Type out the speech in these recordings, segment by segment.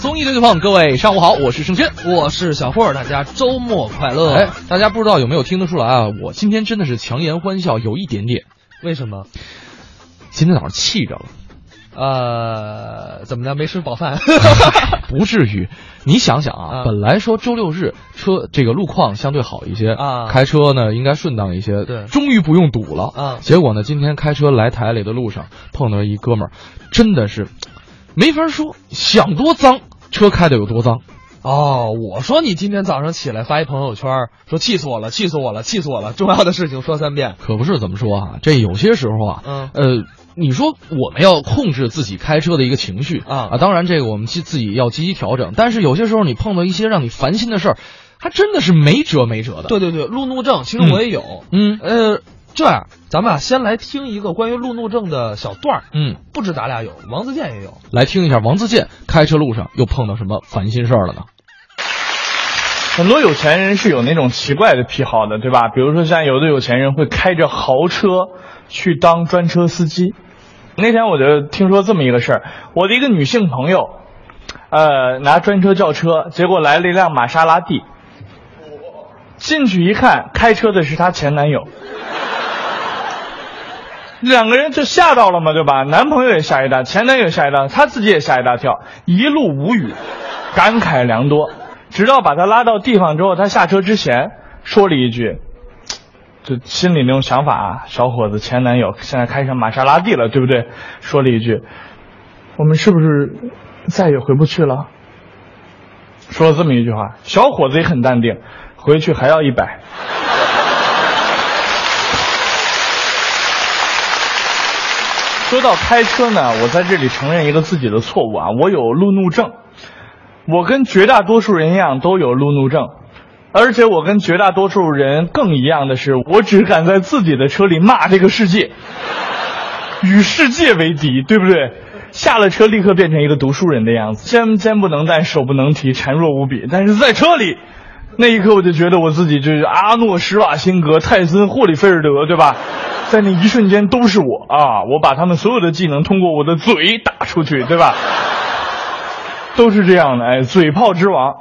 综艺对对碰，各位上午好，我是盛轩。我是小霍，大家周末快乐。哎，大家不知道有没有听得出来啊？我今天真的是强颜欢笑，有一点点。为什么？今天早上气 着了，呃，怎么的？没吃饱 饭？不至于。你想想啊，啊本来说周六日车这个路况相对好一些啊开车呢应该顺当一些，对终于不用堵了啊结果呢，今天开车来台里的路上碰到一哥们儿，真的是没法说，想多脏车开的有多脏。哦，我说你今天早上起来发一朋友圈，说气死我了，气死我了，气死我了，重要的事情说三遍。可不是怎么说啊，这有些时候啊，嗯呃，你说我们要控制自己开车的一个情绪啊啊，当然这个我们自自己要积极调整，但是有些时候你碰到一些让你烦心的事儿，还真的是没辙没辙的。，对对对，路怒症，其实我也有。嗯呃，这样，咱们啊，先来听一个关于路怒症的小段儿。嗯，不止咱俩有，王自健也有。来听一下王自健开车路上又碰到什么烦心事儿了呢？很多有钱人是有那种奇怪的癖好的，对吧？比如说像有的有钱人会开着豪车去当专车司机。那天我就听说这么一个事儿，我的一个女性朋友，呃，拿专车叫车，结果来了一辆玛莎拉蒂，进去一看，开车的是她前男友。两个人就吓到了嘛，对吧？男朋友也吓一大，前男友也吓一大，他自己也吓一大跳，一路无语，感慨良多。直到把他拉到地方之后，他下车之前说了一句：“就心里那种想法啊，小伙子前男友现在开上玛莎拉蒂了，对不对？”说了一句：“我们是不是再也回不去了？”说了这么一句话，小伙子也很淡定，回去还要一百。说到开车呢，我在这里承认一个自己的错误啊，我有路怒症。我跟绝大多数人一样都有路怒症，而且我跟绝大多数人更一样的是，我只敢在自己的车里骂这个世界，与世界为敌，对不对？下了车立刻变成一个读书人的样子，肩肩不能担，手不能提，孱弱无比。但是在车里，那一刻我就觉得我自己就是阿诺·施瓦辛格、泰森·霍利菲尔德，对吧？在那一瞬间都是我啊！我把他们所有的技能通过我的嘴打出去，对吧？都是这样的，哎，嘴炮之王。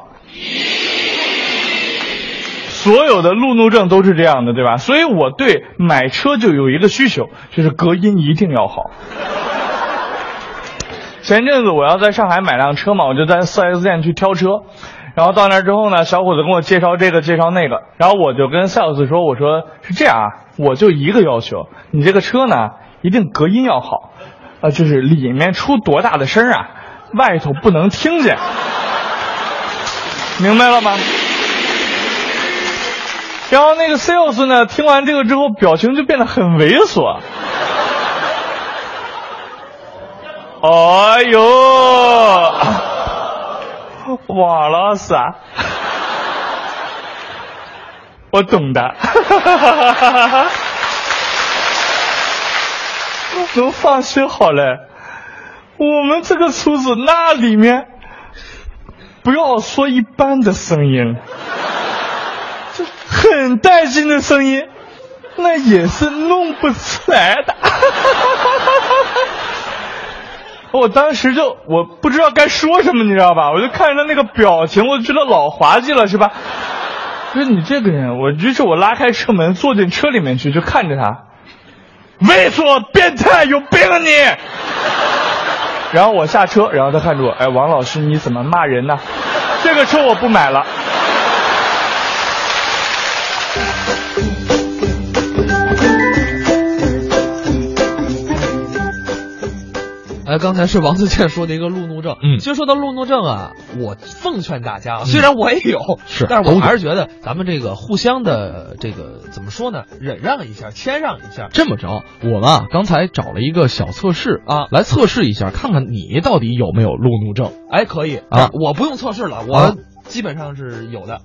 所有的路怒症都是这样的，对吧？所以我对买车就有一个需求，就是隔音一定要好。前阵子我要在上海买辆车嘛，我就在 4S 店去挑车，然后到那儿之后呢，小伙子跟我介绍这个介绍那个，然后我就跟 sales 说，我说是这样啊，我就一个要求，你这个车呢一定隔音要好，啊，就是里面出多大的声儿啊，外头不能听见，明白了吗？然后那个 sales 呢，听完这个之后，表情就变得很猥琐。哎 呦，哇啦撒，我懂的。 能放心好了，我们这个厨子那里面，不要说一般的声音，就很带劲的声音，那也是弄不出来的。 我当时就我不知道该说什么，你知道吧？我就看着他那个表情，我就觉得老滑稽了，是吧？不是你这个人，我于是我拉开车门坐进车里面去，就看着他，猥琐变态，有病啊你！然后我下车，然后他看着我，哎，王老师你怎么骂人呢？这个车我不买了。哎，刚才是王自健说的一个路怒症。嗯其实说到路怒症啊，我奉劝大家，啊，虽然我也有，是但是都我有还是觉得咱们这个互相的这个怎么说呢，忍让一下，谦让一下。这么着，我们啊刚才找了一个小测试啊来测试一下，看看你到底有没有路怒 症。哎，可以啊我不用测试了，啊我基本上是有的。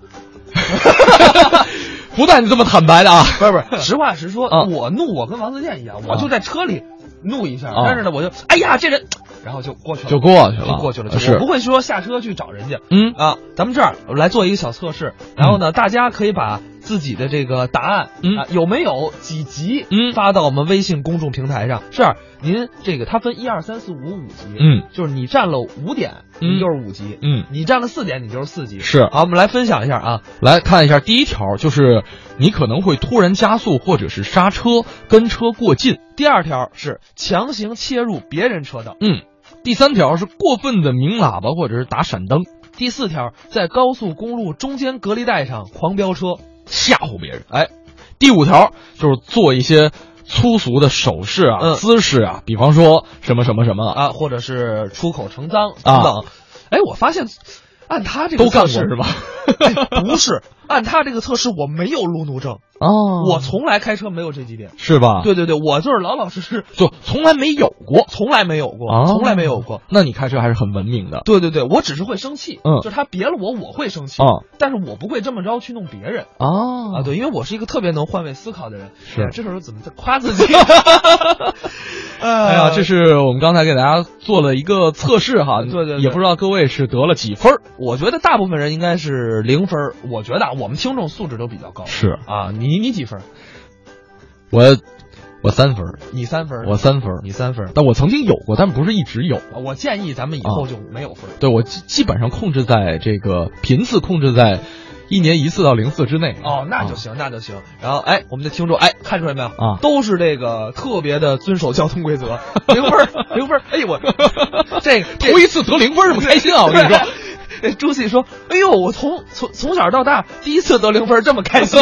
不带你这么坦白 的啊！不是不是，实话实说，啊我怒，我跟王自健一样，我啊就在车里怒一下，啊但是呢，我就哎呀这人，然后就过去了，就过去了啊就过去了，就是我不会说下车去找人家。嗯啊，咱们这样来做一个小测试，然后呢，大家可以把自己的这个答案，嗯啊有没有几级，嗯发到我们微信公众平台上。是啊您这个它分一二三四五五级，嗯，就是你占了五点，嗯你就是五级，嗯，你占了四点，你就是四级。是好，我们来分享一下啊，来看一下第一条，就是你可能会突然加速或者是刹车，跟车过近。第二条是强行切入别人车道。嗯，第三条是过分的鸣喇叭或者是打闪灯，第四条，在高速公路中间隔离带上狂飙车。吓唬别人。哎，第五条就是做一些粗俗的手势啊、嗯姿势啊，比方说什么什么什么啊，啊，或者是出口成脏等等。哎，我发现，按他这个都干测过试是吧？哎不是，按他这个测试，我没有路怒症，哦我从来开车没有这几点。是吧？，对对对，我就是老老实实，就从来没有过。从来没有过，哦从来没有过。那你开车还是很文明的对对对，我只是会生气，嗯就是他别了我，我会生气，啊但是我不会这么着去弄别人啊啊，对，因为我是一个特别能换位思考的人。是哎呀这时候怎么在夸自己？ 哎哎呀，这是我们刚才给大家做了一个测试哈，对对对也不知道各位是得了几分儿我觉得大部分人应该是零分儿。我觉得啊，我们听众素质都比较高。是啊，你你几分儿？我，我三分儿，你三分儿，我三分儿，你三分儿。但我曾经有过，但不是一直有。啊我建议咱们以哦后就没有分儿。对我基基本上控制在这个频次控制在一年一次到零次之内。哦，那就行，那就行。然后，哎，我们的听众，哎，看出来没有？啊都是这个特别的遵守交通规则，零分儿，零分儿。哎呦我，这个这头一次得零分 儿，我开心啊！我跟你说，对。朱熹说：“哎呦，我从从从小到大第一次得零分儿，这么开 心。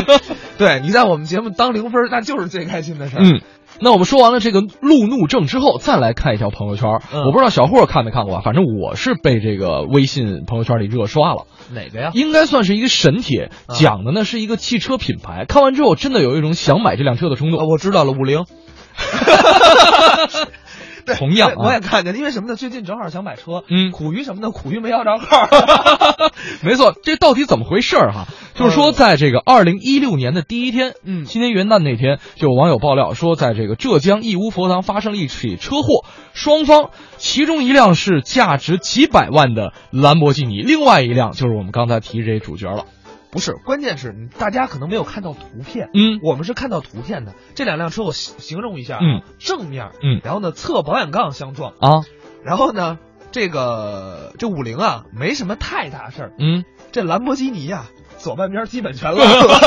对你在我们节目当零分儿，那就是最开心的事儿。嗯。那我们说完了这个路怒症之后，再来看一条朋友圈。嗯我不知道小霍看没看过啊，反正我是被这个微信朋友圈里热刷了。哪个呀？应该算是一个神帖，啊讲的呢是一个汽车品牌。看完之后，真的有一种想买这辆车的冲啊，动。我知道了，五菱。对同样啊我也我也看见，因为什么呢？最近正好想买车，嗯苦于什么呢？苦于没要着号。 没错，这到底怎么回事儿、哈？就是说，在这个二零一六年的第一天，嗯今年元旦那天，就有网友爆料说，在这个浙江义乌佛堂发生了一起车祸，双方其中一辆是价值几百万的兰博基尼，另外一辆就是我们刚才提这主角了。不是，关键是你大家可能没有看到图片，嗯我们是看到图片的。这两辆车我形形容一下，啊嗯，正面，嗯然后呢侧保险杠相撞，啊然后呢这个这五菱啊没什么太大事儿，嗯，这兰博基尼呀、左半边基本全烂 了，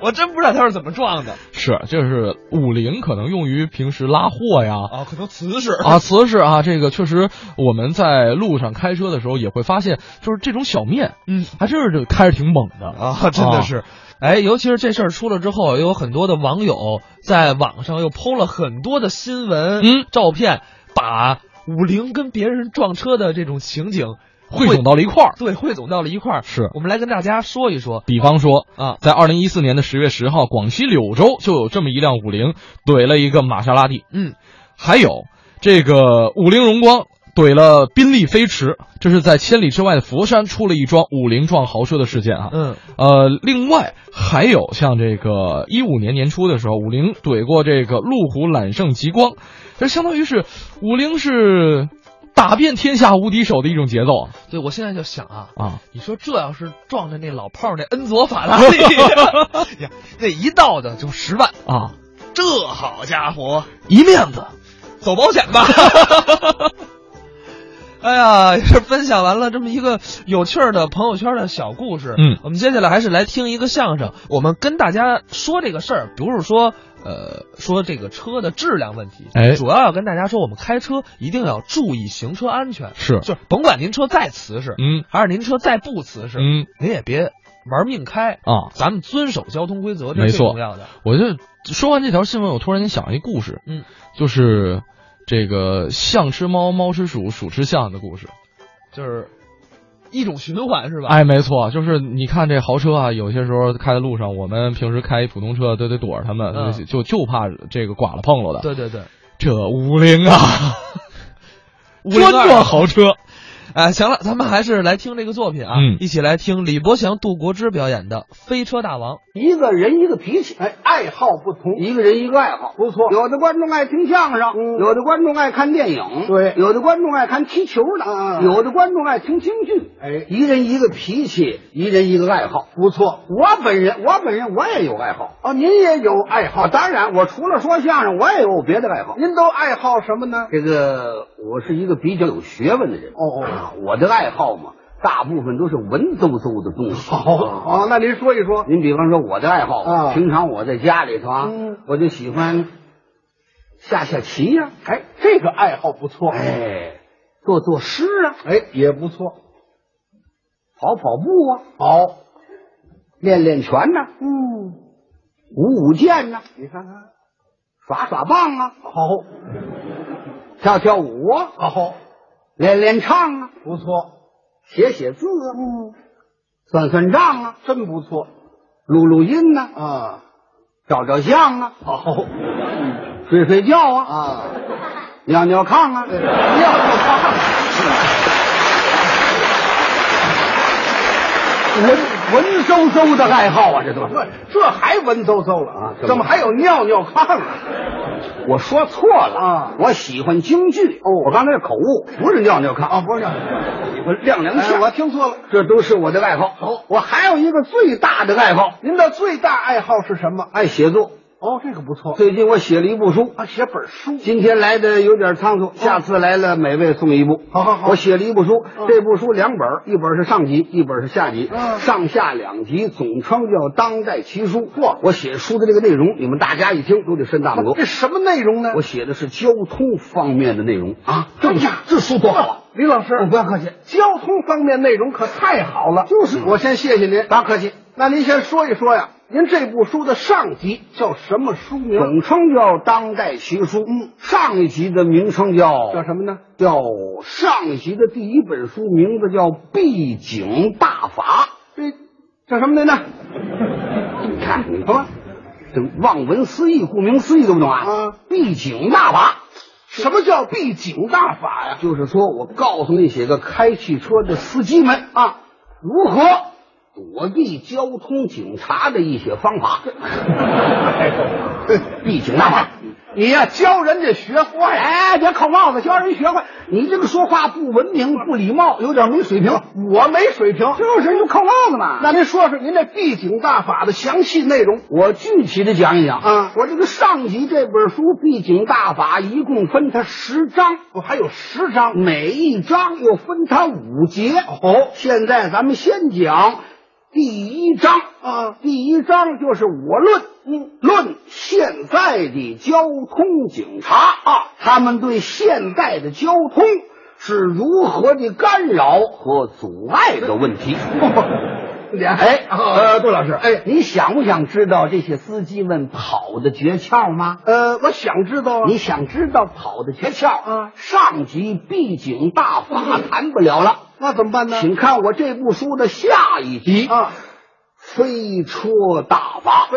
我真不知道它是怎么撞的是，就是五菱可能用于平时拉货呀，啊，可能瓷实啊，瓷实啊，这个确实，我们在路上开车的时候也会发现，就是这种小面，嗯，还真是这开着挺猛的。啊，真的是。哎，尤其是这事儿出了之后，有很多的网友在网上又 PO 了很多的新闻、嗯照片，把五菱跟别人撞车的这种情景汇总到了一块儿，对汇总到了一块儿。是我们来跟大家说一说比方说，啊，在二零一四年的十月十号，广西柳州就有这么一辆五菱怼了一个玛莎拉蒂，嗯，还有这个五菱荣光怼了宾利飞驰，这是在千里之外的佛山出了一桩五菱撞豪车的事件啊。嗯呃，另外还有像这个一五年年初的时候，五菱怼过这个路虎揽胜极光，这相当于是五菱是打遍天下无敌手的一种节奏啊对我现在就想啊，啊！你说这要是撞着那老炮儿那恩佐法拉利， 呀，那一到的就十万，啊这好家伙，一面子，走保险吧。 哎呀，也是分享完了这么一个有趣儿的朋友圈的小故事。嗯我们接下来还是来听一个相声。我们跟大家说这个事儿，不是说呃说这个车的质量问题，哎主要要跟大家说，我们开车一定要注意行车安全，是就是甭管您车再瓷实，嗯还是您车再不瓷实，嗯您也别玩命开，啊！咱们遵守交通规则，这没是错最重要的。我就说完这条新闻，我突然间想一故事，嗯，就是这个象吃猫，猫吃鼠，鼠吃象的故事。就是一种循环是吧？哎，没错，就是你看这豪车啊，有些时候开在路上，我们平时开一普通车都得躲着他们，嗯就就怕这个剐了碰了的。对对对。 这五菱啊，五菱二专撞豪车。哎，行了，咱们还是来听这个作品啊，嗯一起来听李伯祥、杜国之表演的《飞车大王》。一个人一个脾气，哎，爱好不同，一个人一个爱好，不错。有的观众爱听相声，有的观众爱看电影，对；有的观众爱看踢球的，有的观众爱听京剧。哎，一人一个脾气，一人一个爱好，不错。我本人，我本人我也有爱好哦，您也有爱好？当然，我除了说相声，我也有别的爱好。您都爱好什么呢？这个，我是一个比较有学问的人哦、啊，我的爱好嘛。大部分都是文绉绉的东西。好啊，那您说一说。您比方说我的爱好啊，平常我在家里头啊，我就喜欢下下棋呀、哎，这个爱好不错。哎，做做诗啊，哎，也不错。跑跑步啊，好，练练拳呐、嗯，舞舞剑呐、你看看，耍耍棒啊，好，跳跳舞啊，好，练练唱啊，不错。写写字啊，嗯，算算账啊，真不错，录录音呐，啊，照照相啊，好，睡睡觉啊，啊，尿尿炕啊，尿尿炕。啊文文绉绉的爱好啊，这都是这还文绉绉了啊？怎么还有尿尿炕啊？我说错了啊！我喜欢京剧哦，我刚才是口误，不是尿尿炕啊，不是尿尿炕，我晾凉下、我听错了，这都是我的爱好。好，我还有一个最大的爱好，您的最大爱好是什么？爱写作。哦，这个不错。最近我写了一部书啊，写本书。今天来的有点仓促，下次来了每位送一部。哦好好嗯好，我写了一部书，这部书两本儿，一本是上集，一本是下集，上下两集，总称叫《当代奇书》。嚯，我写书的这个内容，你们大家一听都得伸大拇哥。这什么内容呢？我写的是交通方面的内容啊。哎呀，这书多好啊！李老师，不要客气，交通方面内容可太好了。就是，我先谢谢您，不要客气。那您先说一说呀，您这部书的上集叫什么书名？总称叫《当代奇书》。嗯，上一集的名称叫叫什么呢？叫上一集的第一本书名字叫《闭景大法》。这哎叫什么来着？你 看，你吧，这望文思义，顾名思义，懂不懂啊？啊，闭景大法。什么叫闭景大法呀？就是说我告诉那些个开汽车的司机们啊，如何躲避交通警察的一些方 法。哎闭景大法，你呀、教人家学坏，哎，别扣帽子，教人学坏。你这个说话不文明、不礼貌，有点没水平。我没水平，就是你就扣帽子嘛。那您说说您这闭景大法的详细内容？我具体的讲一讲啊。我这个上集这本书《闭景大法》一共分它十章，我哦还有十章，每一章又分它五节。哦，现在咱们先讲。第一章啊，第一章就是我论，嗯，论现在的交通警察啊，他们对现在的交通是如何的干扰和阻碍的问题。 哎，呃，杜老师，哎，你想不想知道这些司机们跑的诀窍吗？呃，我想知道。你想知道跑的诀窍啊？上集闭景大 法谈不了了，那怎么办呢？请看我这部书的下一集啊，飞车大法。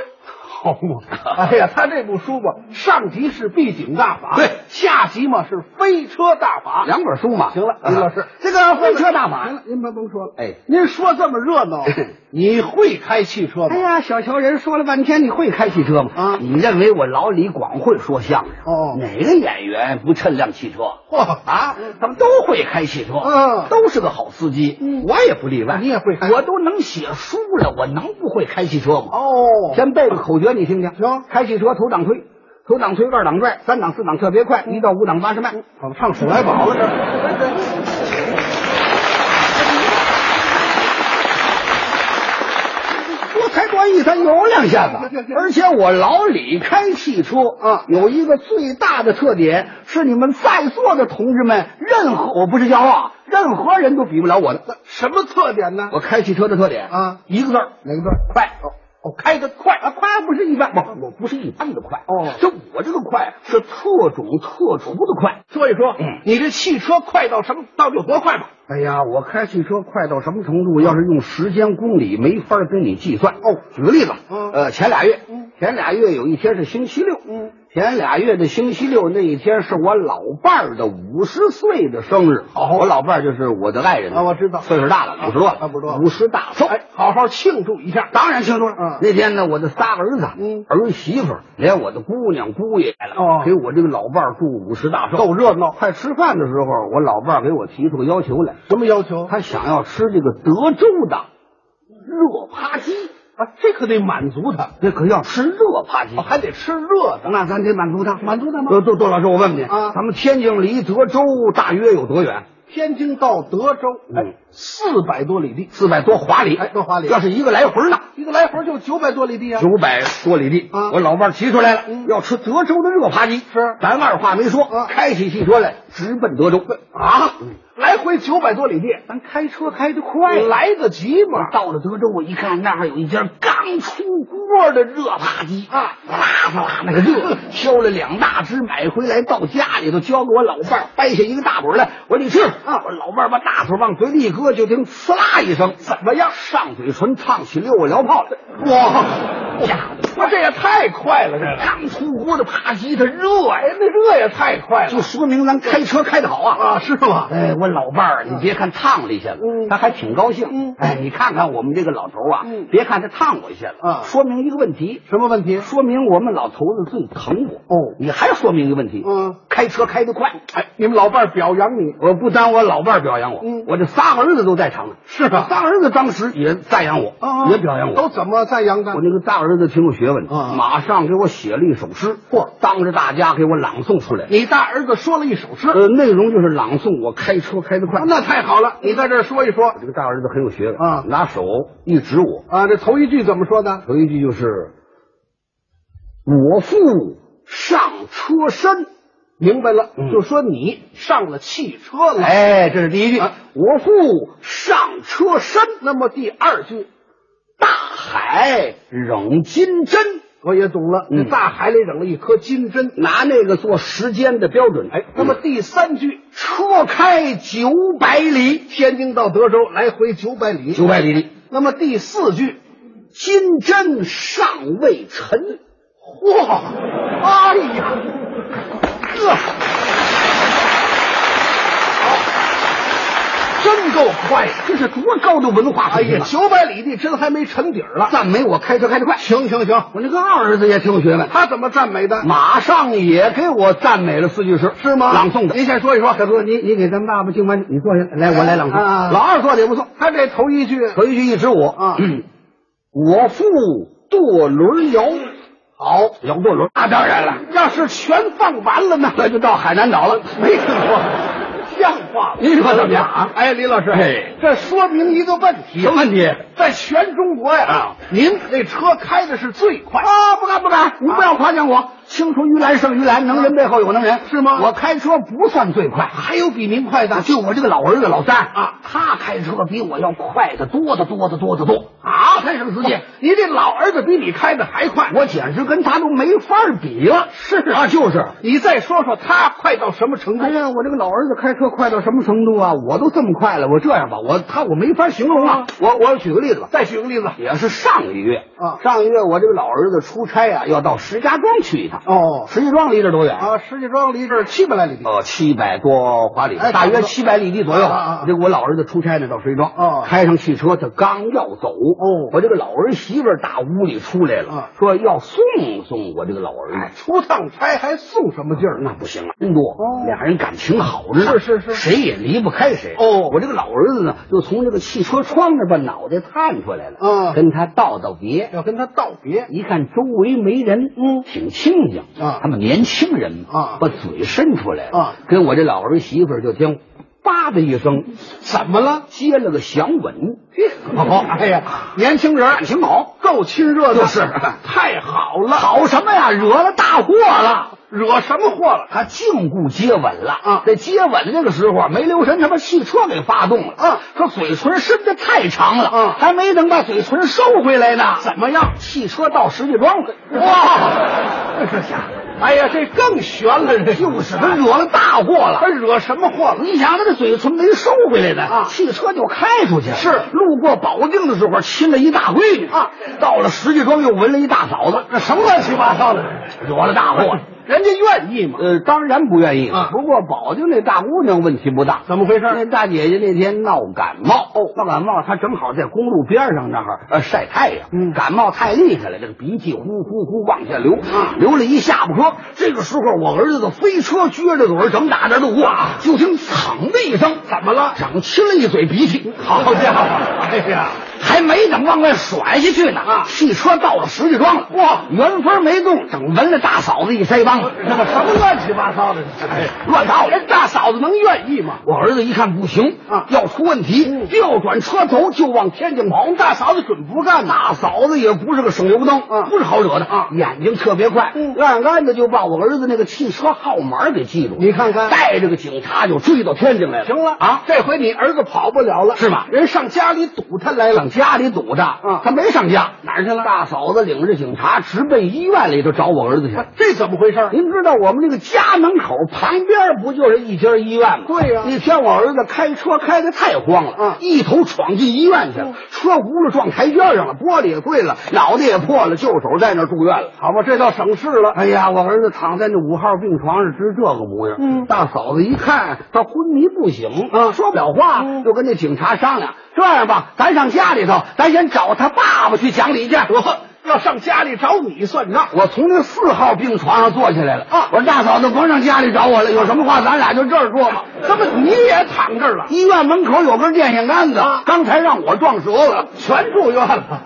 好嘛！ 哎呀，他这部书吧，上集是闭景大法，对，下集嘛是飞车大法，两本书嘛。行了，李老师，这个飞车大法，您甭甭说了，哎，您说这么热闹， 你会开汽车吗？哎呀，小乔人说了半天，你会开汽车吗？啊，你认为我老李广会说相声？哦，哪个演员不趁辆 汽车？啊，他们都会开汽车，嗯，都是个好司机，嗯，我也不例外，你也会开，我都能写书了，我能不会开汽车吗？哦，先背个口诀，你听听，行，开汽车头档推，头档推，二档拽，三档四档特别快，一到五档八十迈，嗯好，唱鼠来宝了 这。我才端一咱揉两下子。而且我老李开汽车啊，有一个最大的特点是你们在座的同志们，任何我不是骄傲啊，任何人都比不了我的。什么特点呢？我开汽车的特点啊，一个字儿，哪个字儿？快。哦，开得快啊！快不是一般，不，我不是一般的快哦。这我这个快是特种特除的快。说一说，嗯，你这汽车快到什么？到底有多快吧？哎呀，我开汽车快到什么程度？要是用时间公里，没法嗯跟你计算。哦，举个例子，呃，前俩月，前俩月有一天是星期六，嗯，前俩月的星期六那一天是我老伴儿的五十岁的生日。哦，我老伴儿就是我的爱人啊我知道岁数大了，五十多了，差不多五十大寿。哎，好好庆祝一下。当然庆祝了。嗯那天呢，我的仨儿子、嗯儿媳妇儿，连我的姑娘、姑爷来了，哦给我这个老伴儿祝五十大寿，够热闹。快吃饭的时候，我老伴儿给我提出个要求来，什么要求？他想要吃这个德州的热扒鸡，啊，这可得满足他，那可要吃热扒鸡。哦还得吃热的。那咱得满足他，满足他吗呃，杜杜老师，我问问你，啊咱们天津离德州大约有多远？天津到德州，嗯哎，四百多里地，四百多华里，哎，多华里，要是一个来回呢，一个来回就九百多里地啊。九百多里地。啊我老伴儿提出来了，嗯要吃德州的热扒鸡。是咱二话没说，啊嗯开起汽车来，直奔德州。啊，来回九百多里地，咱开车开得快，来得及吗？到了德州，我一看那儿有一家刚出锅的热扒鸡啊，哗啦哗啦那 个热，挑了两大只买回来，到家里头交给我老伴儿，掰下一个大腿来，我说你吃啊，我老伴儿把大腿往嘴里一搁，就听呲啦一声，怎么样？上嘴唇烫起六个燎泡来，哇，呀，哇，这也太快了，这个刚出锅的扒鸡它热呀、哎，那热也太快了就说明咱开车开得好啊！啊，是吗？哎，我老伴儿，你别看烫了一下子，嗯他还挺高兴。嗯哎，你看看我们这个老头儿啊，嗯别看他烫我一下子，啊说明一个问题，什么问题？说明我们老头子最疼我。哦你还说明一个问题，嗯，开车开得快。哎，你们老伴儿表扬你，我不单我老伴儿表扬我，嗯我这仨儿子都在场呢。是啊哦仨儿子当时也赞扬我，也表扬我，都怎么赞扬的我？那个大儿子挺有学问的，啊马上给我写了一首诗，嚯，当着大家给我朗诵出来。你大儿子说了一首诗，呃，内容就是朗诵我开车开得快。啊那太好了，你在这儿说一说我这个大儿子很有学问啊拿手一指我，啊。这头一句怎么说的？头一句就是“我父上车身明白了，嗯就说你上了汽车”，了。哎，这是第一句。啊我父上车身，那么第二句大海扔金针，我也懂了，嗯这大海里扔了一颗金针。拿那个做时间的标准。哎，那那么么第三句，车开九百里，天津到德州来回九百里。九百里地，那么第四句，金针尚未沉。嚯，哎呀，这真够快的！这是多高的文化哎水平呀，啊！九百里地真还没沉底儿了。赞美我开车开得快。行行行，我那个二儿子也挺有学问，他怎么赞美的？马上也给我赞美了四句诗，是吗朗诵的。您先说一说大哥，你你给咱爸爸敬完，你坐下来，我来朗诵。啊老二做的也不错，他这头一句，头一句一指我嗯啊我父舵轮摇，好摇舵轮，那当然了，要是全放完了呢？那就到海南岛了。没听说，像话吗？您说怎么样啊？哎，李老师，哎这说明一个问题，啊什么问题？在全中国呀，啊您那车开的是最快。啊啊，不敢不敢，您不要夸奖我。青出于蓝胜于蓝，能人背后有能人，是吗我开车不算最快，还有比您快的？就我这个老儿子老三啊，他开车比我要快得多得多得多得多啊！开什么司 机？您这老儿子比你开的还快。我简直跟他都没法儿比了。是 啊，就是。你再说说他快到什么程度哎？呀，我这个老儿子开车快到什么程度啊？我都这么快了，我这样吧，我他我没法形容啊啊。我我举个例子吧，再举个例子，也是上个月啊上个月我这个老儿子出差啊，要到石家庄去一趟。哦，石家庄离这多远？啊，石家庄离这儿七百来里地。呃，七百多华里，哎大差约不多七百里地左右。啊啊啊这个我老儿子出差呢，到石家庄，哦开上汽车，他刚要走，哦我这个老儿媳妇儿打屋里出来了，啊说要送送我这个老儿子。哎，出趟差还送什么劲儿？那不行啊，真多，哦俩人感情好着呢，是是是谁也离不开谁。哦我这个老儿子呢，就从这个汽车窗那把脑袋探出来了，嗯跟他道道别。要跟他道别。一看周围没人，嗯挺清静啊他们年轻人啊把嘴伸出来了啊跟我这老儿媳妇儿就听“吧”的一声，怎么了？接了个响吻。 哦，哎呀，年轻人感情好，够亲热的， 就是太好了，好什么呀？惹了大祸了。惹什么祸了？他禁锢接吻了啊在接吻这个时候啊没留神，他把汽车给发动了啊！说嘴唇伸的太长了啊还没等把嘴唇收回来呢，怎么样？汽车到石家庄了！ 哇，这下哎呀，这更悬了，这就是他哎惹了大祸他了。惹什么祸了？你想，他的嘴唇没收回来呢，啊汽车就开出去了是路过保定的时候亲了一大闺女啊，到了石家庄又闻了一大嫂子，这什么乱七八糟的？哎惹了大祸了。人家愿意吗？呃，当然不愿意啊不过保定那大姑娘问题不大，怎么回事？那大姐姐那天闹感冒，哦，闹感冒，她正好在公路边上那儿呃晒太阳，嗯，感冒太厉害了，这个鼻涕呼呼呼往下流，流了一下巴颏。这个时候，我儿子的飞车撅着嘴儿正打那儿路过，就听“噌”的一声，啊怎么了？长亲了一嘴鼻涕，好家伙！ 哎呀！还没等往外甩下去呢，啊，汽车到了石家庄了。哇，原封没动，整闻了大嫂子一腮帮子，那么什么乱七八糟的？哎，乱套！人大嫂子能愿意吗？我儿子一看不行啊，要出问题，调转车头就往天津跑。大嫂子准不干，大嫂子也不是个省油灯，啊，不是好惹的啊，嗯眼睛特别快，暗暗的就把我儿子那个汽车号码给记住。你看看，带着个警察就追到天津来了。行了啊，这回你儿子跑不了了，是吗？人上家里堵他来了，上家里堵着啊，他没上家，哪儿去了？大嫂子领着警察直奔医院里头找我儿子去。啊这怎么回事？您知道我们那个家门口旁边不就是一家医院吗？对呀、那天我儿子开车开的太慌了，啊，嗯一头闯进医院去了，车轱辘撞台阶上了，玻璃也碎了，脑袋也破了，就手在那儿住院了。好吧，这倒省事了。哎呀，我儿子躺在那五号病床上，直这个模样。嗯，大嫂子一看他昏迷不醒，啊，说不了话，就跟那警察商量。这样吧，咱上家里头，咱先找他爸爸去讲理去。我要上家里找你算账。我从那四号病床上坐起来了啊！我说大嫂子甭上家里找我了，有什么话咱俩就这儿说吧。怎么你也躺这儿了？医院门口有根电线杆子，刚才让我撞折了，全住院 了。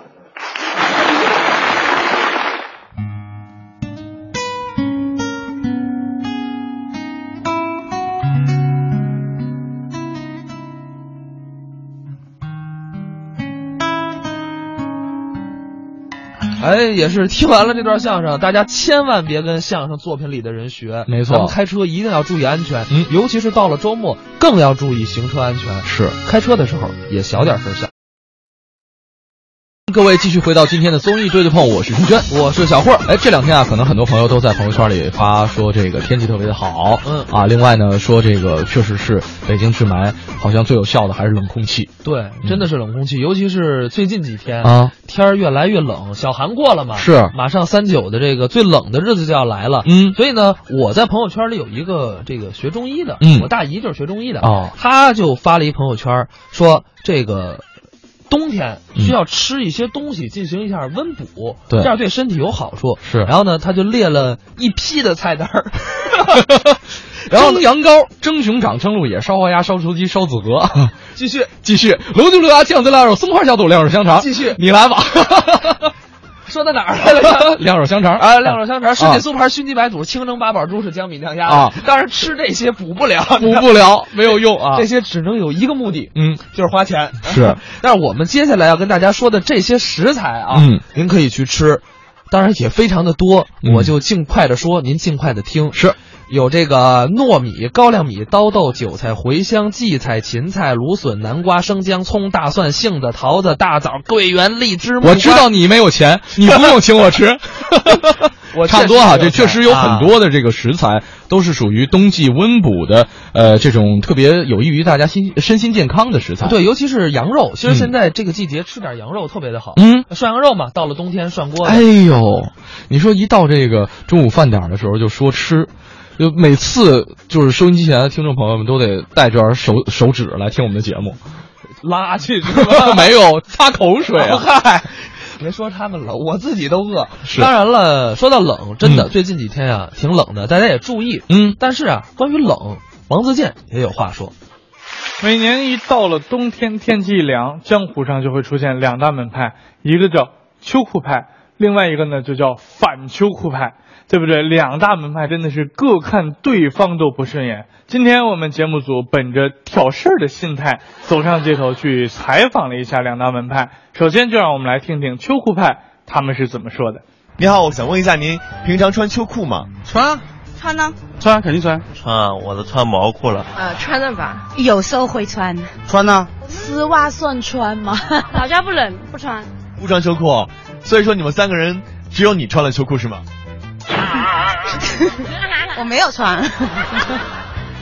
哎，也是听完了这段相声，大家千万别跟相声作品里的人学。没错咱们开车一定要注意安全，嗯尤其是到了周末，更要注意行车安全。是。开车的时候也小点声响。各位继续回到今天的综艺对对碰，我是朱轩，我是小霍。哎，这两天啊，可能很多朋友都在朋友圈里发说这个天气特别的好，嗯啊，另外呢说这个确实是北京治霾好像最有效的还是冷空气对，真的是冷空气，尤其是最近几嗯天，啊，天儿越来越冷，小寒过了嘛，是马上三九的这个最冷的日子就要来了。嗯所以呢，我在朋友圈里有一个这个学中医的，嗯我大姨就是学中医的，哦她就发了一朋友圈说这个。冬天需要吃一些东西进行一下温补，嗯对这样对身体有好处。是然后呢，她就列了一批的菜 单儿，然后蒸羊羔、蒸熊掌、蒸鹿野、烧花鸭、烧雏鸡、烧子鹅， 继续继续龙筋鹿鸭、酱子腊肉、松花小肚、晾肉香肠，继续你 来吧，说到哪儿来了？晾肉香肠啊，晾肉香肠、是顺记酥盘、熏鸡白肚、清蒸八宝猪是姜饼酱鸭啊当然吃这些补不了， 补不了，没有用啊这，些只能有一个目的，嗯，就是花钱。是， 但是我们接下来要跟大家说的这些食材啊，嗯您可以去吃，当然也非常的多，嗯我就尽快的说，您尽快的听。是有这个糯米、高粱米、刀豆、韭菜、茴香、荠菜、芹菜、芦笋、南瓜、生姜、葱、大蒜、杏子、桃子、大枣、桂圆、荔枝。木我瓜。知道你没有 钱，你不用请我吃 我差不多哈、这确确实实有有钱啊很多的这个食材都是属于冬季温补的，呃，这种特别有益于大家心身心健康的食材。，对，尤其是羊肉，其嗯实现在这个季节吃点羊肉特别的好。嗯，涮羊肉嘛，到了冬天涮锅的。哎呦，你说一到这个中午饭点儿的时候就说吃，就每次就是收音机前的听众朋友们都得带着手手指来听我们的节 目，拉去是 吧？没有擦口水哦啊。 嗨，别说他们了，我自己都饿。是当然了，说到冷，真的、嗯最近几天啊挺冷的，大家也注意。嗯，但是啊，关于冷，王自健也有话说。每年一到了冬天，天气一凉，江湖上就会出现两大门派，一个叫秋裤派，另外一个呢就叫反秋裤派，对不对？两大门派真的是各看对方都不顺眼。今天我们节目组本着挑事儿的心态，走上街头去采访了一下两大门派。首先就让我们来听听秋裤派他们是怎么说的。你好，我想问一下您平常穿秋裤吗？穿啊，穿呢？穿，肯定穿。穿，啊我都穿毛裤了。呃，穿了吧。有时候会穿穿呢？丝袜算穿吗？老家不冷，不穿。不穿秋裤哦，所以说你们三个人只有你穿了秋裤是吗？ 我没有穿，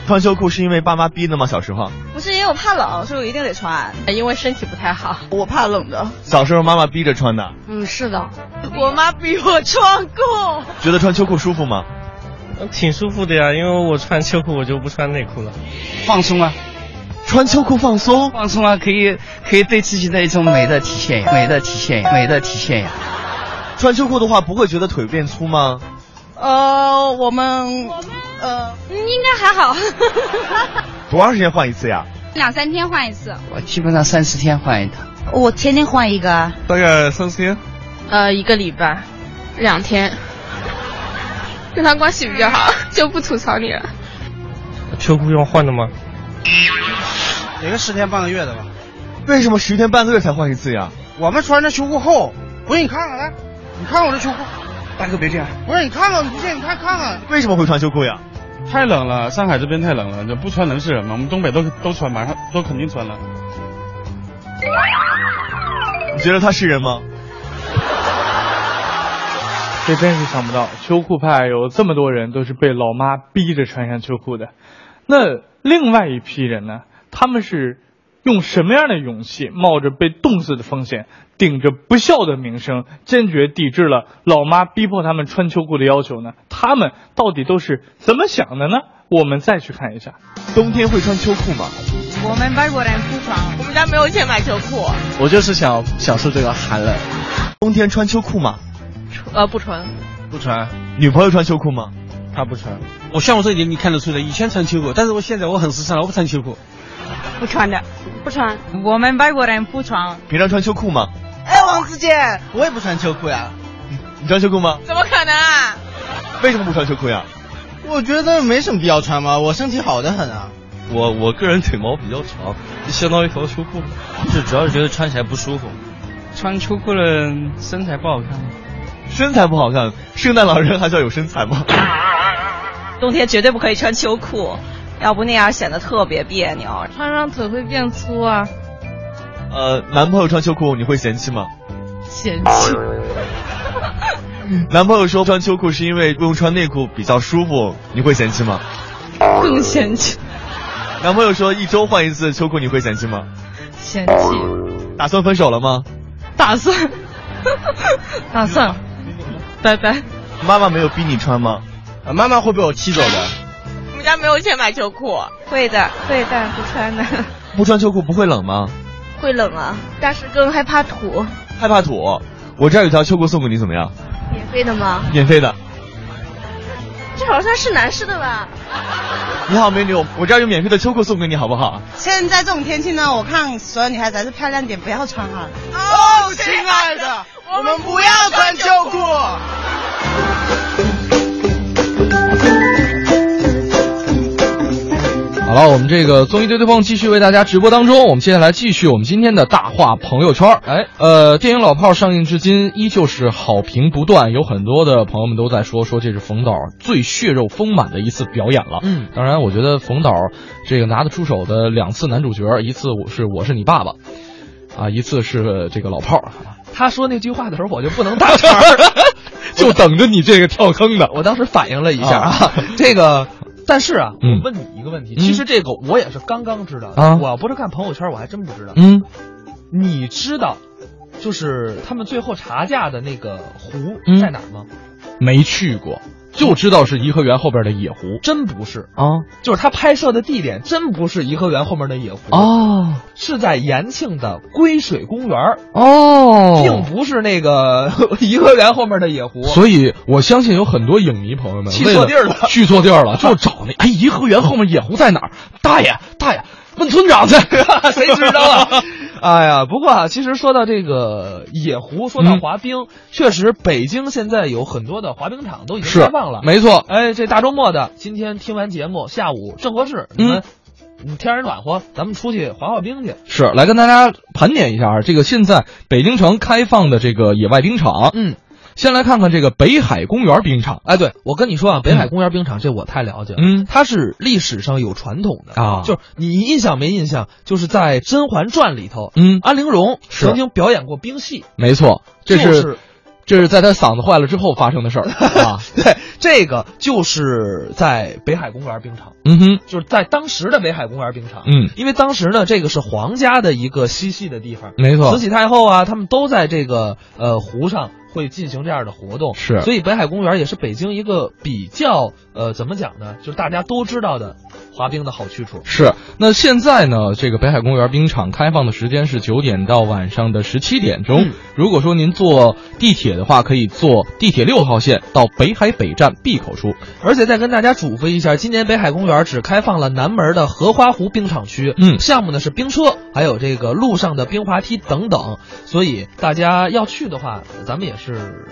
穿秋裤是因为爸妈逼的吗？小时候， 不是因为我怕冷，所以我一定得穿，因为身体不太好，我怕冷的。小时候妈妈逼着穿的，嗯，是的，我妈逼我穿过，觉得穿秋裤舒服吗？挺舒服的呀，因为我穿秋裤，我就不穿内裤了。放松啊，穿秋裤放松，放松啊，可以可以对自己的一种美的体现呀，美的体现呀，美的体现呀。穿秋裤的话，不会觉得腿变粗吗？呃，我们呃应该还 好，多长时间换一次呀？两三天换一次。我基本上三四天换一趟。我天天换一个，大概三四天。呃，一个礼拜，两天。跟他关系比较好，就不吐槽你了。秋裤要换的吗？也就十天半个月的吧。为什么十天半个月才换一次呀？我们穿着秋裤厚，不信你看看来，你看我这秋裤。大哥别这样，不是你看看，你不信你看看看。为什么会穿秋裤呀？太冷了，上海这边太冷了，这不穿能是人吗？我们东北都都穿，马上都肯定穿了。你觉得他是人吗？这真是想不到，秋裤派有这么多人都是被老妈逼着穿上秋裤的。那另外一批人呢？他们是用什么样的勇气，冒着被冻死的风险，顶着不孝的名声，坚决抵制了老妈逼迫他们穿秋裤的要求呢？他们到底都是怎么想的呢？我们再去看一下。冬天会穿秋裤吗？我们外国人不穿，我们家没有钱买秋裤。我就是想享受这个寒冷。冬天穿秋裤吗？呃，不穿。不穿。女朋友穿秋裤吗？她不穿。我像我这一点你看得出来，以前穿秋裤，但是我现在我很时尚了，我不穿秋裤。不穿的，不穿。我们外国人不穿。平常穿秋裤吗？哎，王自健，我也不穿秋裤呀。你穿秋裤吗？怎么可能啊？为什么不穿秋裤呀？我觉得没什么必要穿吧，我身体好的很啊。我我个人腿毛比较长，相当于一条秋裤，就主要是觉得穿起来不舒服。穿秋裤了身材不好看。身材不好看，圣诞老人还叫有身 材吗？冬天绝对不可以穿秋裤，要不那样显得特别别扭，穿上腿会变粗啊。呃，男朋友穿秋裤你会嫌弃吗？嫌弃。 男朋友说穿秋裤是因为不用穿内裤比较舒服，你会嫌弃吗？更嫌弃。男朋友说一周换一次秋裤，你会嫌弃吗？嫌弃。打算分手了吗？打算， 打算，拜拜。妈妈没有逼你穿吗？啊、妈妈会被我气走的。我们家没有钱买秋裤。会的，会的，不穿的。不穿秋裤不会冷吗？会冷啊，但是更害怕土。害怕土？我这儿有条秋裤送给你，怎么样？免费的吗？免费的。这好像是男士的吧？你好，美女，我这儿有免费的秋裤送给你，好不好？现在这种天气呢，我看所有女孩子还是漂亮点，不要穿哈。哦，亲爱的，我们不要穿秋裤。好了，我们这个综艺对对碰继续为大家直播当中，我们接下来继续我们今天的大话朋友圈。哎，呃，电影《老炮》上映至今依旧是好评不断，有很多的朋友们都在说，说这是冯导最血肉丰满的一次表演了。嗯，当然，我觉得冯导这个拿得出手的两次男主角，一次我是我是你爸爸，啊，一次是这个老炮儿。 他说那句话的时候，我就不能搭茬儿，就等着你这个跳坑的。我当时反应了一下啊，这个。但是啊，嗯我问你一个问题，嗯其实这个我也是刚刚知道的，啊我要不是看朋友圈，我还真不知道。嗯你知道，就是他们最后查价的那个湖嗯在哪儿吗？没去过，就知道是颐和园后边的野湖真不是，啊就是他拍摄的地点真不是颐和园后面的野湖，哦是在延庆的归水公园儿，哦并不是那个 颐和园后面的野湖。所以，我相信有很多影迷朋友们去为错地儿了去错地儿啊了，就找那哎颐和园后面野湖在哪儿？大爷，大爷，问村长去， 谁知道 啊？哎呀，不过啊，其实说到这个野湖，说到嗯滑冰，确实北京现在有很多的滑冰场都已经是开放了。没错，哎，这大周末的，今天听完节目，下午正合适，你们、嗯、天儿暖和，咱们出去滑滑冰去。是来跟大家盘点一下啊，这个现在北京城开放的这个野外冰场，嗯，先来看看这个北海公园冰场，哎，对，我跟你说啊，北海公园冰场这我太了解了，嗯它是历史上有传统的啊 就是你印象没印象？就是在《甄嬛传》里头，嗯安陵容是曾经表演过冰戏，没错，这就是这是在他嗓子坏了之后发生的事 儿啊，对，这个就是在北海公园冰场，嗯哼，就是在当时的北海公园冰场，嗯因为当时呢，这个是皇家的一个嬉戏的地方，没错慈禧太后啊，他们都在这个呃湖上会进行这样的活动。是所以北海公园也是北京一个比较呃怎么讲呢，就是大家都知道的滑冰的好去处。是，那现在呢？这个北海公园冰场开放的时间是九点到晚上的十七点钟。嗯如果说您坐地铁的话，可以坐地铁六号线到北海北站 B 口出。而且再跟大家嘱咐一下，今年北海公园只开放了南门的荷花湖冰场区，嗯，项目呢是冰车，还有这个路上的冰滑梯等等，所以大家要去的话，咱们也是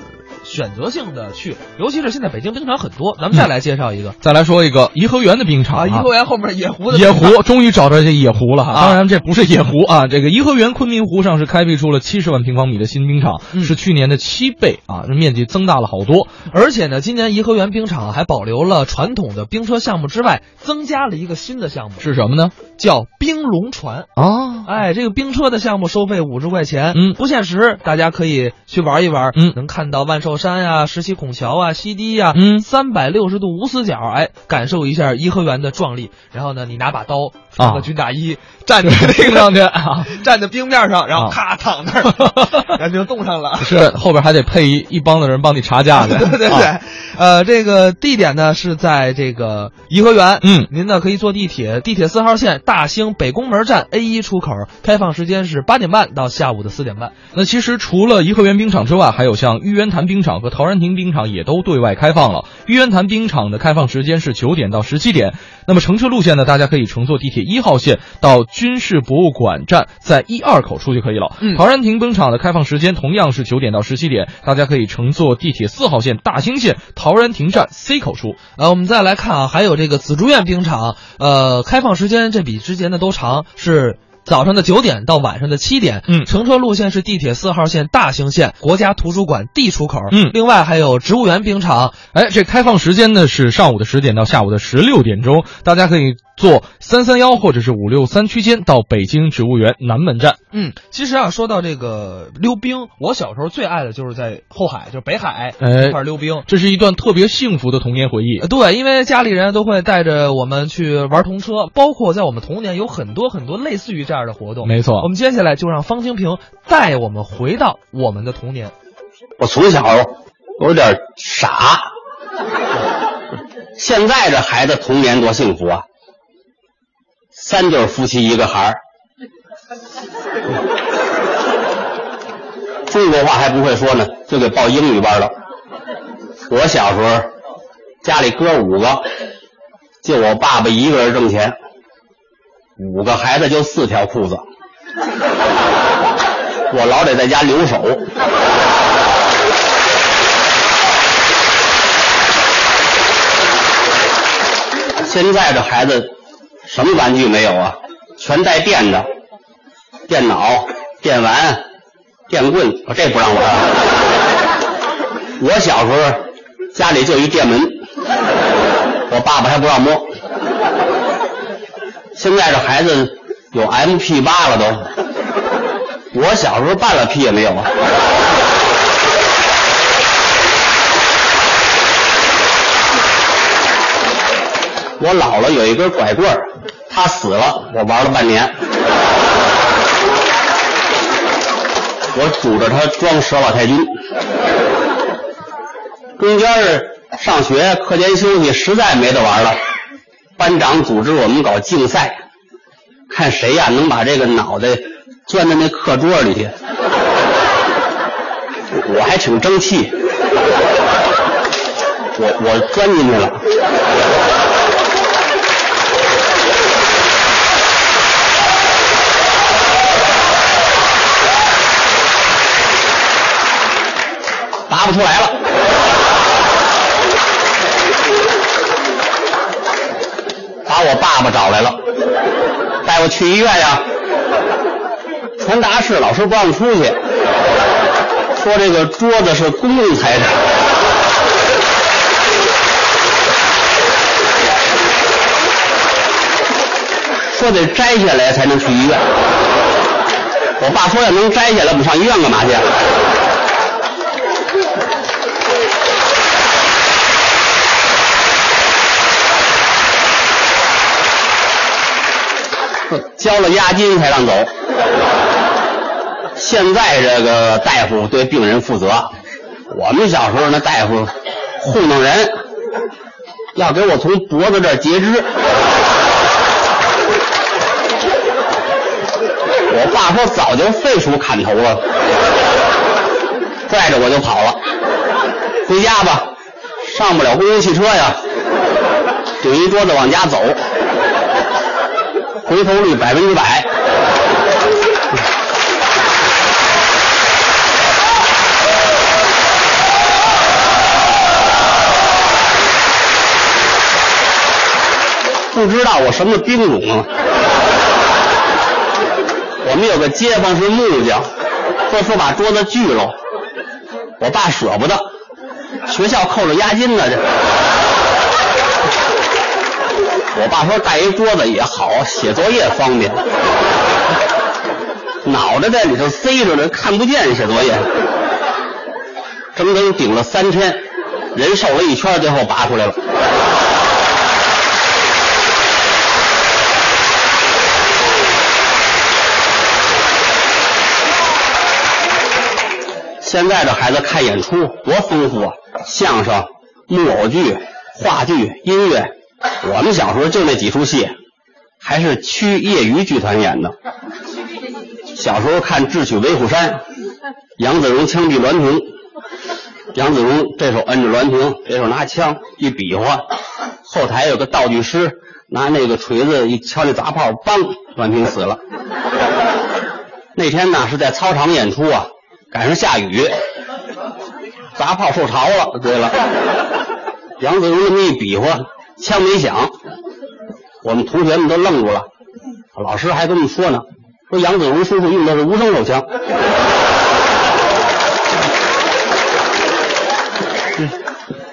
选择性的去，尤其是现在北京冰场很多，咱们再来介绍一个、再来说一个颐和园的冰场嗯啊啊，颐和园后面野湖的野冰场湖，终于找着这野湖了哈。啊当然，这不是野湖啊，这个颐和园昆明湖上是开辟出了七十万平方米的新冰场，嗯是去年的七倍啊，这面积增大了好多。而且呢，今年颐和园冰场还保留了传统的冰车项目之外，增加了一个新的项目，是什么呢？ 叫冰龙船啊！哎，这个冰车的项目收费五十块钱，嗯，不限时，大家可以去玩一玩，嗯，能看到万寿山呀、石溪孔桥啊、西堤呀、嗯，三百六十度无死角，哎，感受一下颐和园的壮丽。然后呢，你拿把刀，穿啊个军大衣，站在那个上去， 站在冰面上，然后啊咔躺那 儿，然后就冻上了。是后边还得配一一帮的啊人帮你查 价去。对对对，呃，这个地点呢是在这个颐和园，嗯，您呢可以坐地铁，地铁四号线大兴北宫门站 A 一出口，开放时间是八点半到下午的四点半。那其实除了颐和园冰场之外，还有像玉渊潭冰场和陶然亭冰场也都对外开放了。玉渊潭冰场的开放时间是九点到十七点。那么乘车路线呢，大家可以乘坐地铁一号线到军事博物馆站，在一二口出就可以了。嗯陶然亭冰场的开放时间同样是九点到十七点，大家可以乘坐地铁四号线大兴线陶然亭站 C 口出。呃，我们再来看啊，还有这个紫竹院冰场，呃，开放时间这比之前的都长，是。早上的九点到晚上的七点，嗯乘车路线是地铁四号线大兴线国家图书馆 D 出口，嗯另外还有植物园冰场，哎，这开放时间呢是上午的十点到下午的十六点钟，大家可以坐三三幺或者是五六三区间到北京植物园南门站。嗯，其实啊，说到这个溜冰，我小时候最爱的就是在后海，就是北海哎一块儿溜冰。这是一段特别幸福的童年回忆呃。对，因为家里人都会带着我们去玩童车，包括在我们童年有很多很多类似于这样的活动。没错我们接下来就让方清平带我们回到我们的童年。我从小我有点傻，现在这孩子童年多幸福啊！三对夫妻一个孩儿，中国话还不会说呢，就给报英语班了。我小时候家里哥五个，就我爸爸一个人挣钱，五个孩子就四条裤子，我老得在家留守。 现在这孩子什么玩具没有啊？全带电的，电脑、电玩、电棍，我这不让玩啊。我小时候家里就一电门，我爸爸还不让摸。现在这孩子有 MP 八了都，我小时候半拉屁也没有啊。我姥姥有一根拐棍儿，她死了，我玩了半年。我拄着她装佘老太君。中间儿上学课间休息实在没得玩了，班长组织我们搞竞赛，看谁呀、能把这个脑袋钻到那课桌里去。我还挺争气，我我钻进去了。拔不出来了。把我爸爸找来了，带我去医院呀。传达室老师不让出去，说这个桌子是公共财产。说得摘下来才能去医院。我爸说要能摘下来，我们上医院干嘛去啊？ 交了押金才让走。现在这个大夫对病人负责，我们小时候那大夫糊弄人，要给我从脖子这儿截肢。 我爸说早就废除砍头了，拽着我就跑了，回家吧，上不了公共汽车呀，顶一桌子往家走，回头率百分之百。不知道我什么兵种啊。我们有个街坊是木匠，就说把桌子锯了。我爸舍不得，学校扣着押金呢这。我爸说带一桌子也好，写作业方便。脑袋在里头塞着呢，看不见写作业。整整顶了三天，人瘦了一圈，最后拔出来了。现在的孩子看演出多丰富啊，相声、木偶剧、话剧、音乐。我们小时候就那几出戏，还是区业余剧团演的。小时候看《智取威虎山》，杨子荣枪毙栾童，杨子荣这手摁着栾童，这手拿枪一比划，后台有个道具师拿那个锤子一敲那砸炮，梆，栾平死了。那天呢是在操场演出啊，赶上下雨，砸炮受潮了。对了，杨子荣这么一比划，枪没响，我们同学们都愣住了。老师还跟我们说呢，说杨子荣叔叔用的是无声手枪。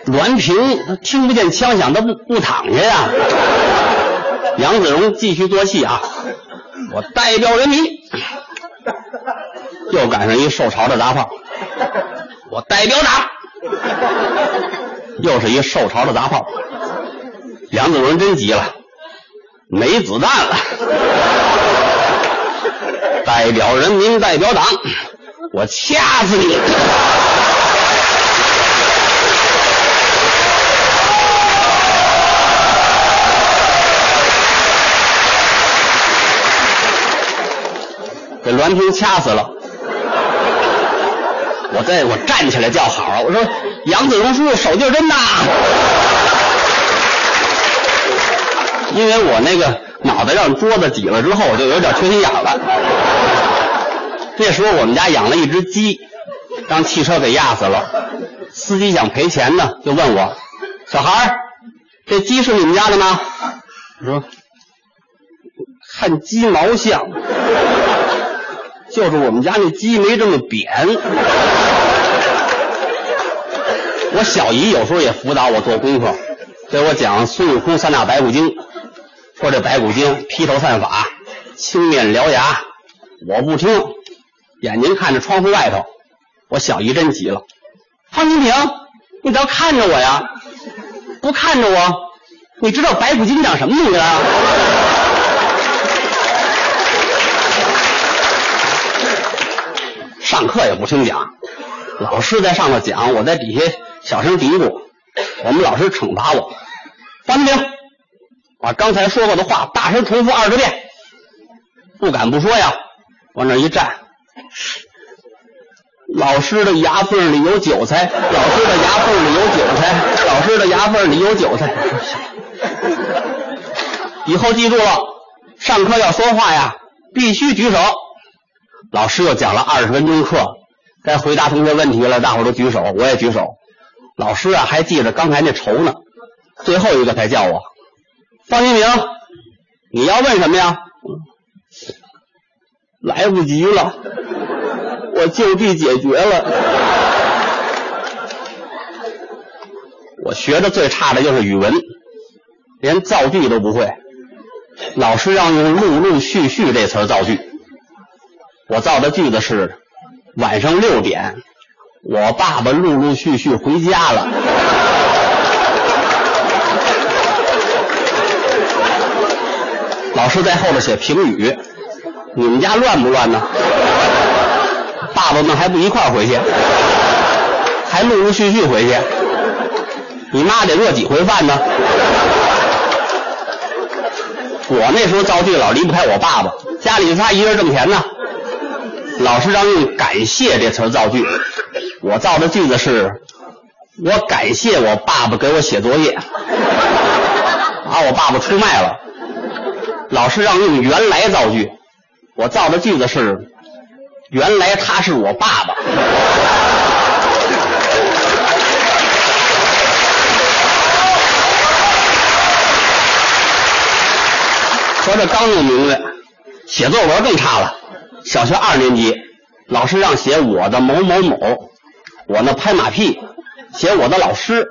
栾平听不见枪响，他不不躺下呀。杨子荣继续做戏啊，我代表人民，又赶上一受潮的砸炮，我代表党，又是一受潮的砸炮。杨子荣真急了，没子弹了，代表人民，代表党，我掐死你！给栾平掐死了。我在我站起来叫好，啊我说杨子荣叔叔手劲儿真大，啊因为我那个脑袋让桌子挤了之后，我就有点缺心眼了。这时候我们家养了一只鸡，让汽车给压死了，司机想赔钱呢，就问我小孩儿，这鸡是你们家的吗？我说看鸡毛像。就是我们家那鸡没这么扁。我小姨有时候也辅导我做功课，给我讲孙悟空三打白骨精，说这白骨精披头散发，青面獠牙，我不听，眼睛看着窗户外头。我小姨真急了，方清平，你倒看着我呀！不看着我，你知道白骨精长什么样子啊？上课也不听讲，老师在上头讲，我在底下小声嘀咕。我们老师惩罚我，方清平，把刚才说过的话大声重复二十遍，不敢不说呀。往那一站，老师的牙缝里有韭菜，老师的牙缝里有韭菜，老师的牙缝里有韭菜。 以后记住了，上课要说话呀，必须举手。老师又讲了二十分钟课，该回答同学问题了，大伙都举手，我也举手。老师啊，还记着刚才那仇呢，最后一个才叫我方一鸣，你要问什么呀？来不及了，我就地解决了。我学的最差的就是语文，连造句都不会。老师让用“陆陆续续”这词儿造句。我造的句子是：晚上六点，我爸爸陆陆续续回家了。老师在后头写评语，你们家乱不乱呢？爸爸们还不一块儿回去，还还陆陆续续回去，你妈得饿几回饭呢？我那时候造句老离不开我爸爸，家里就他一个人挣钱呢，老师让用“感谢”这词儿造句，我造的句子是：我感谢我爸爸给我写作业，把我爸爸出卖了。老师让用“原来”造句，我造的句子是：原来他是我爸爸。说这刚弄明白，写作文更差了。小学二年级，老师让写我的某某某，我呢拍马屁，写我的老师。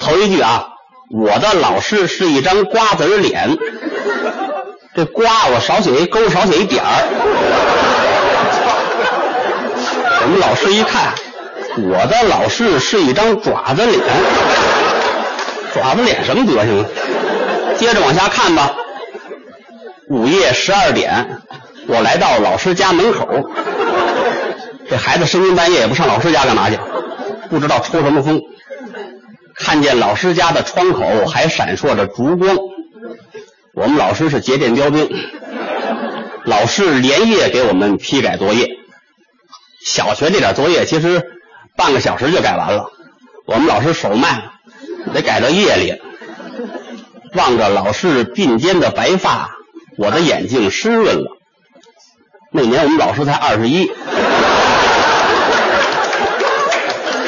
头一句啊，我的老师是一张瓜子儿脸，这瓜我少写一勾，少写一点儿。我们老师一看，我的老师是一张爪子脸，爪子脸什么德行啊？接着往下看吧。午夜十二点，我来到老师家门口。这孩子深更半夜也不上老师家干嘛去？不知道抽什么风。看见老师家的窗口还闪烁着烛光。我们老师是节电标兵，老师连夜给我们批改作业。小学这点作业其实半个小时就改完了，我们老师手慢，得改到夜里。望着老师鬓间的白发。我的眼睛湿润了。那年我们老师才二十一，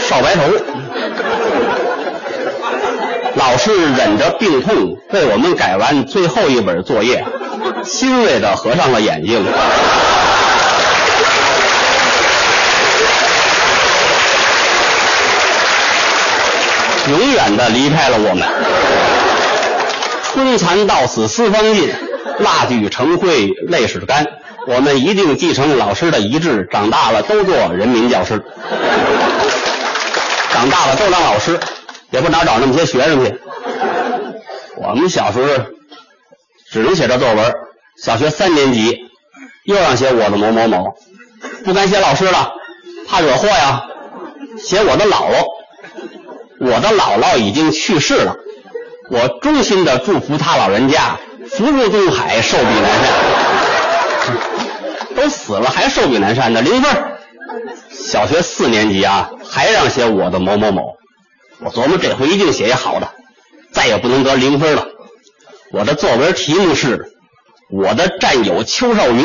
少白头。老师忍着病痛为我们改完最后一本作业，欣慰的合上了眼睛。永远的离开了我们。春蚕到死丝方尽。蜡炬成灰泪始干，我们一定继承老师的遗志，长大了都做人民教师，长大了都当老师，也不哪找那么些学生去。我们小时候只能写这作文，小学三年级又让写我的某某某，不敢写老师了，怕惹祸呀，写我的姥姥，我的姥姥已经去世了，我衷心的祝福他老人家。福如东海，寿比南山。都死了还寿比南山呢，零分。小学四年级啊，还让写我的某某某。我琢磨这回一定写一好的，再也不能得零分了。我的作文题目是《我的战友邱少云》。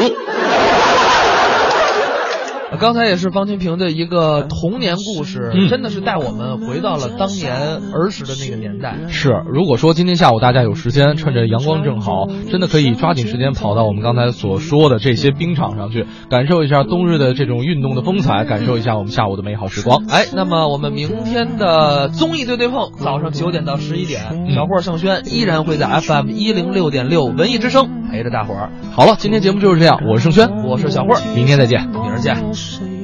刚才也是方清平的一个童年故事，真的是带我们回到了当年儿时的那个年代。是，如果说今天下午大家有时间，趁着阳光正好，真的可以抓紧时间跑到我们刚才所说的这些冰场上去，感受一下冬日的这种运动的风采，感受一下我们下午的美好时光。哎，那么我们明天的综艺对对碰，早上九点到十一点，小霍盛轩依然会在 FM 一零六点六文艺之声陪着大伙儿。好了，今天节目就是这样，我是盛轩，我是小霍，明天再见，明儿见。是。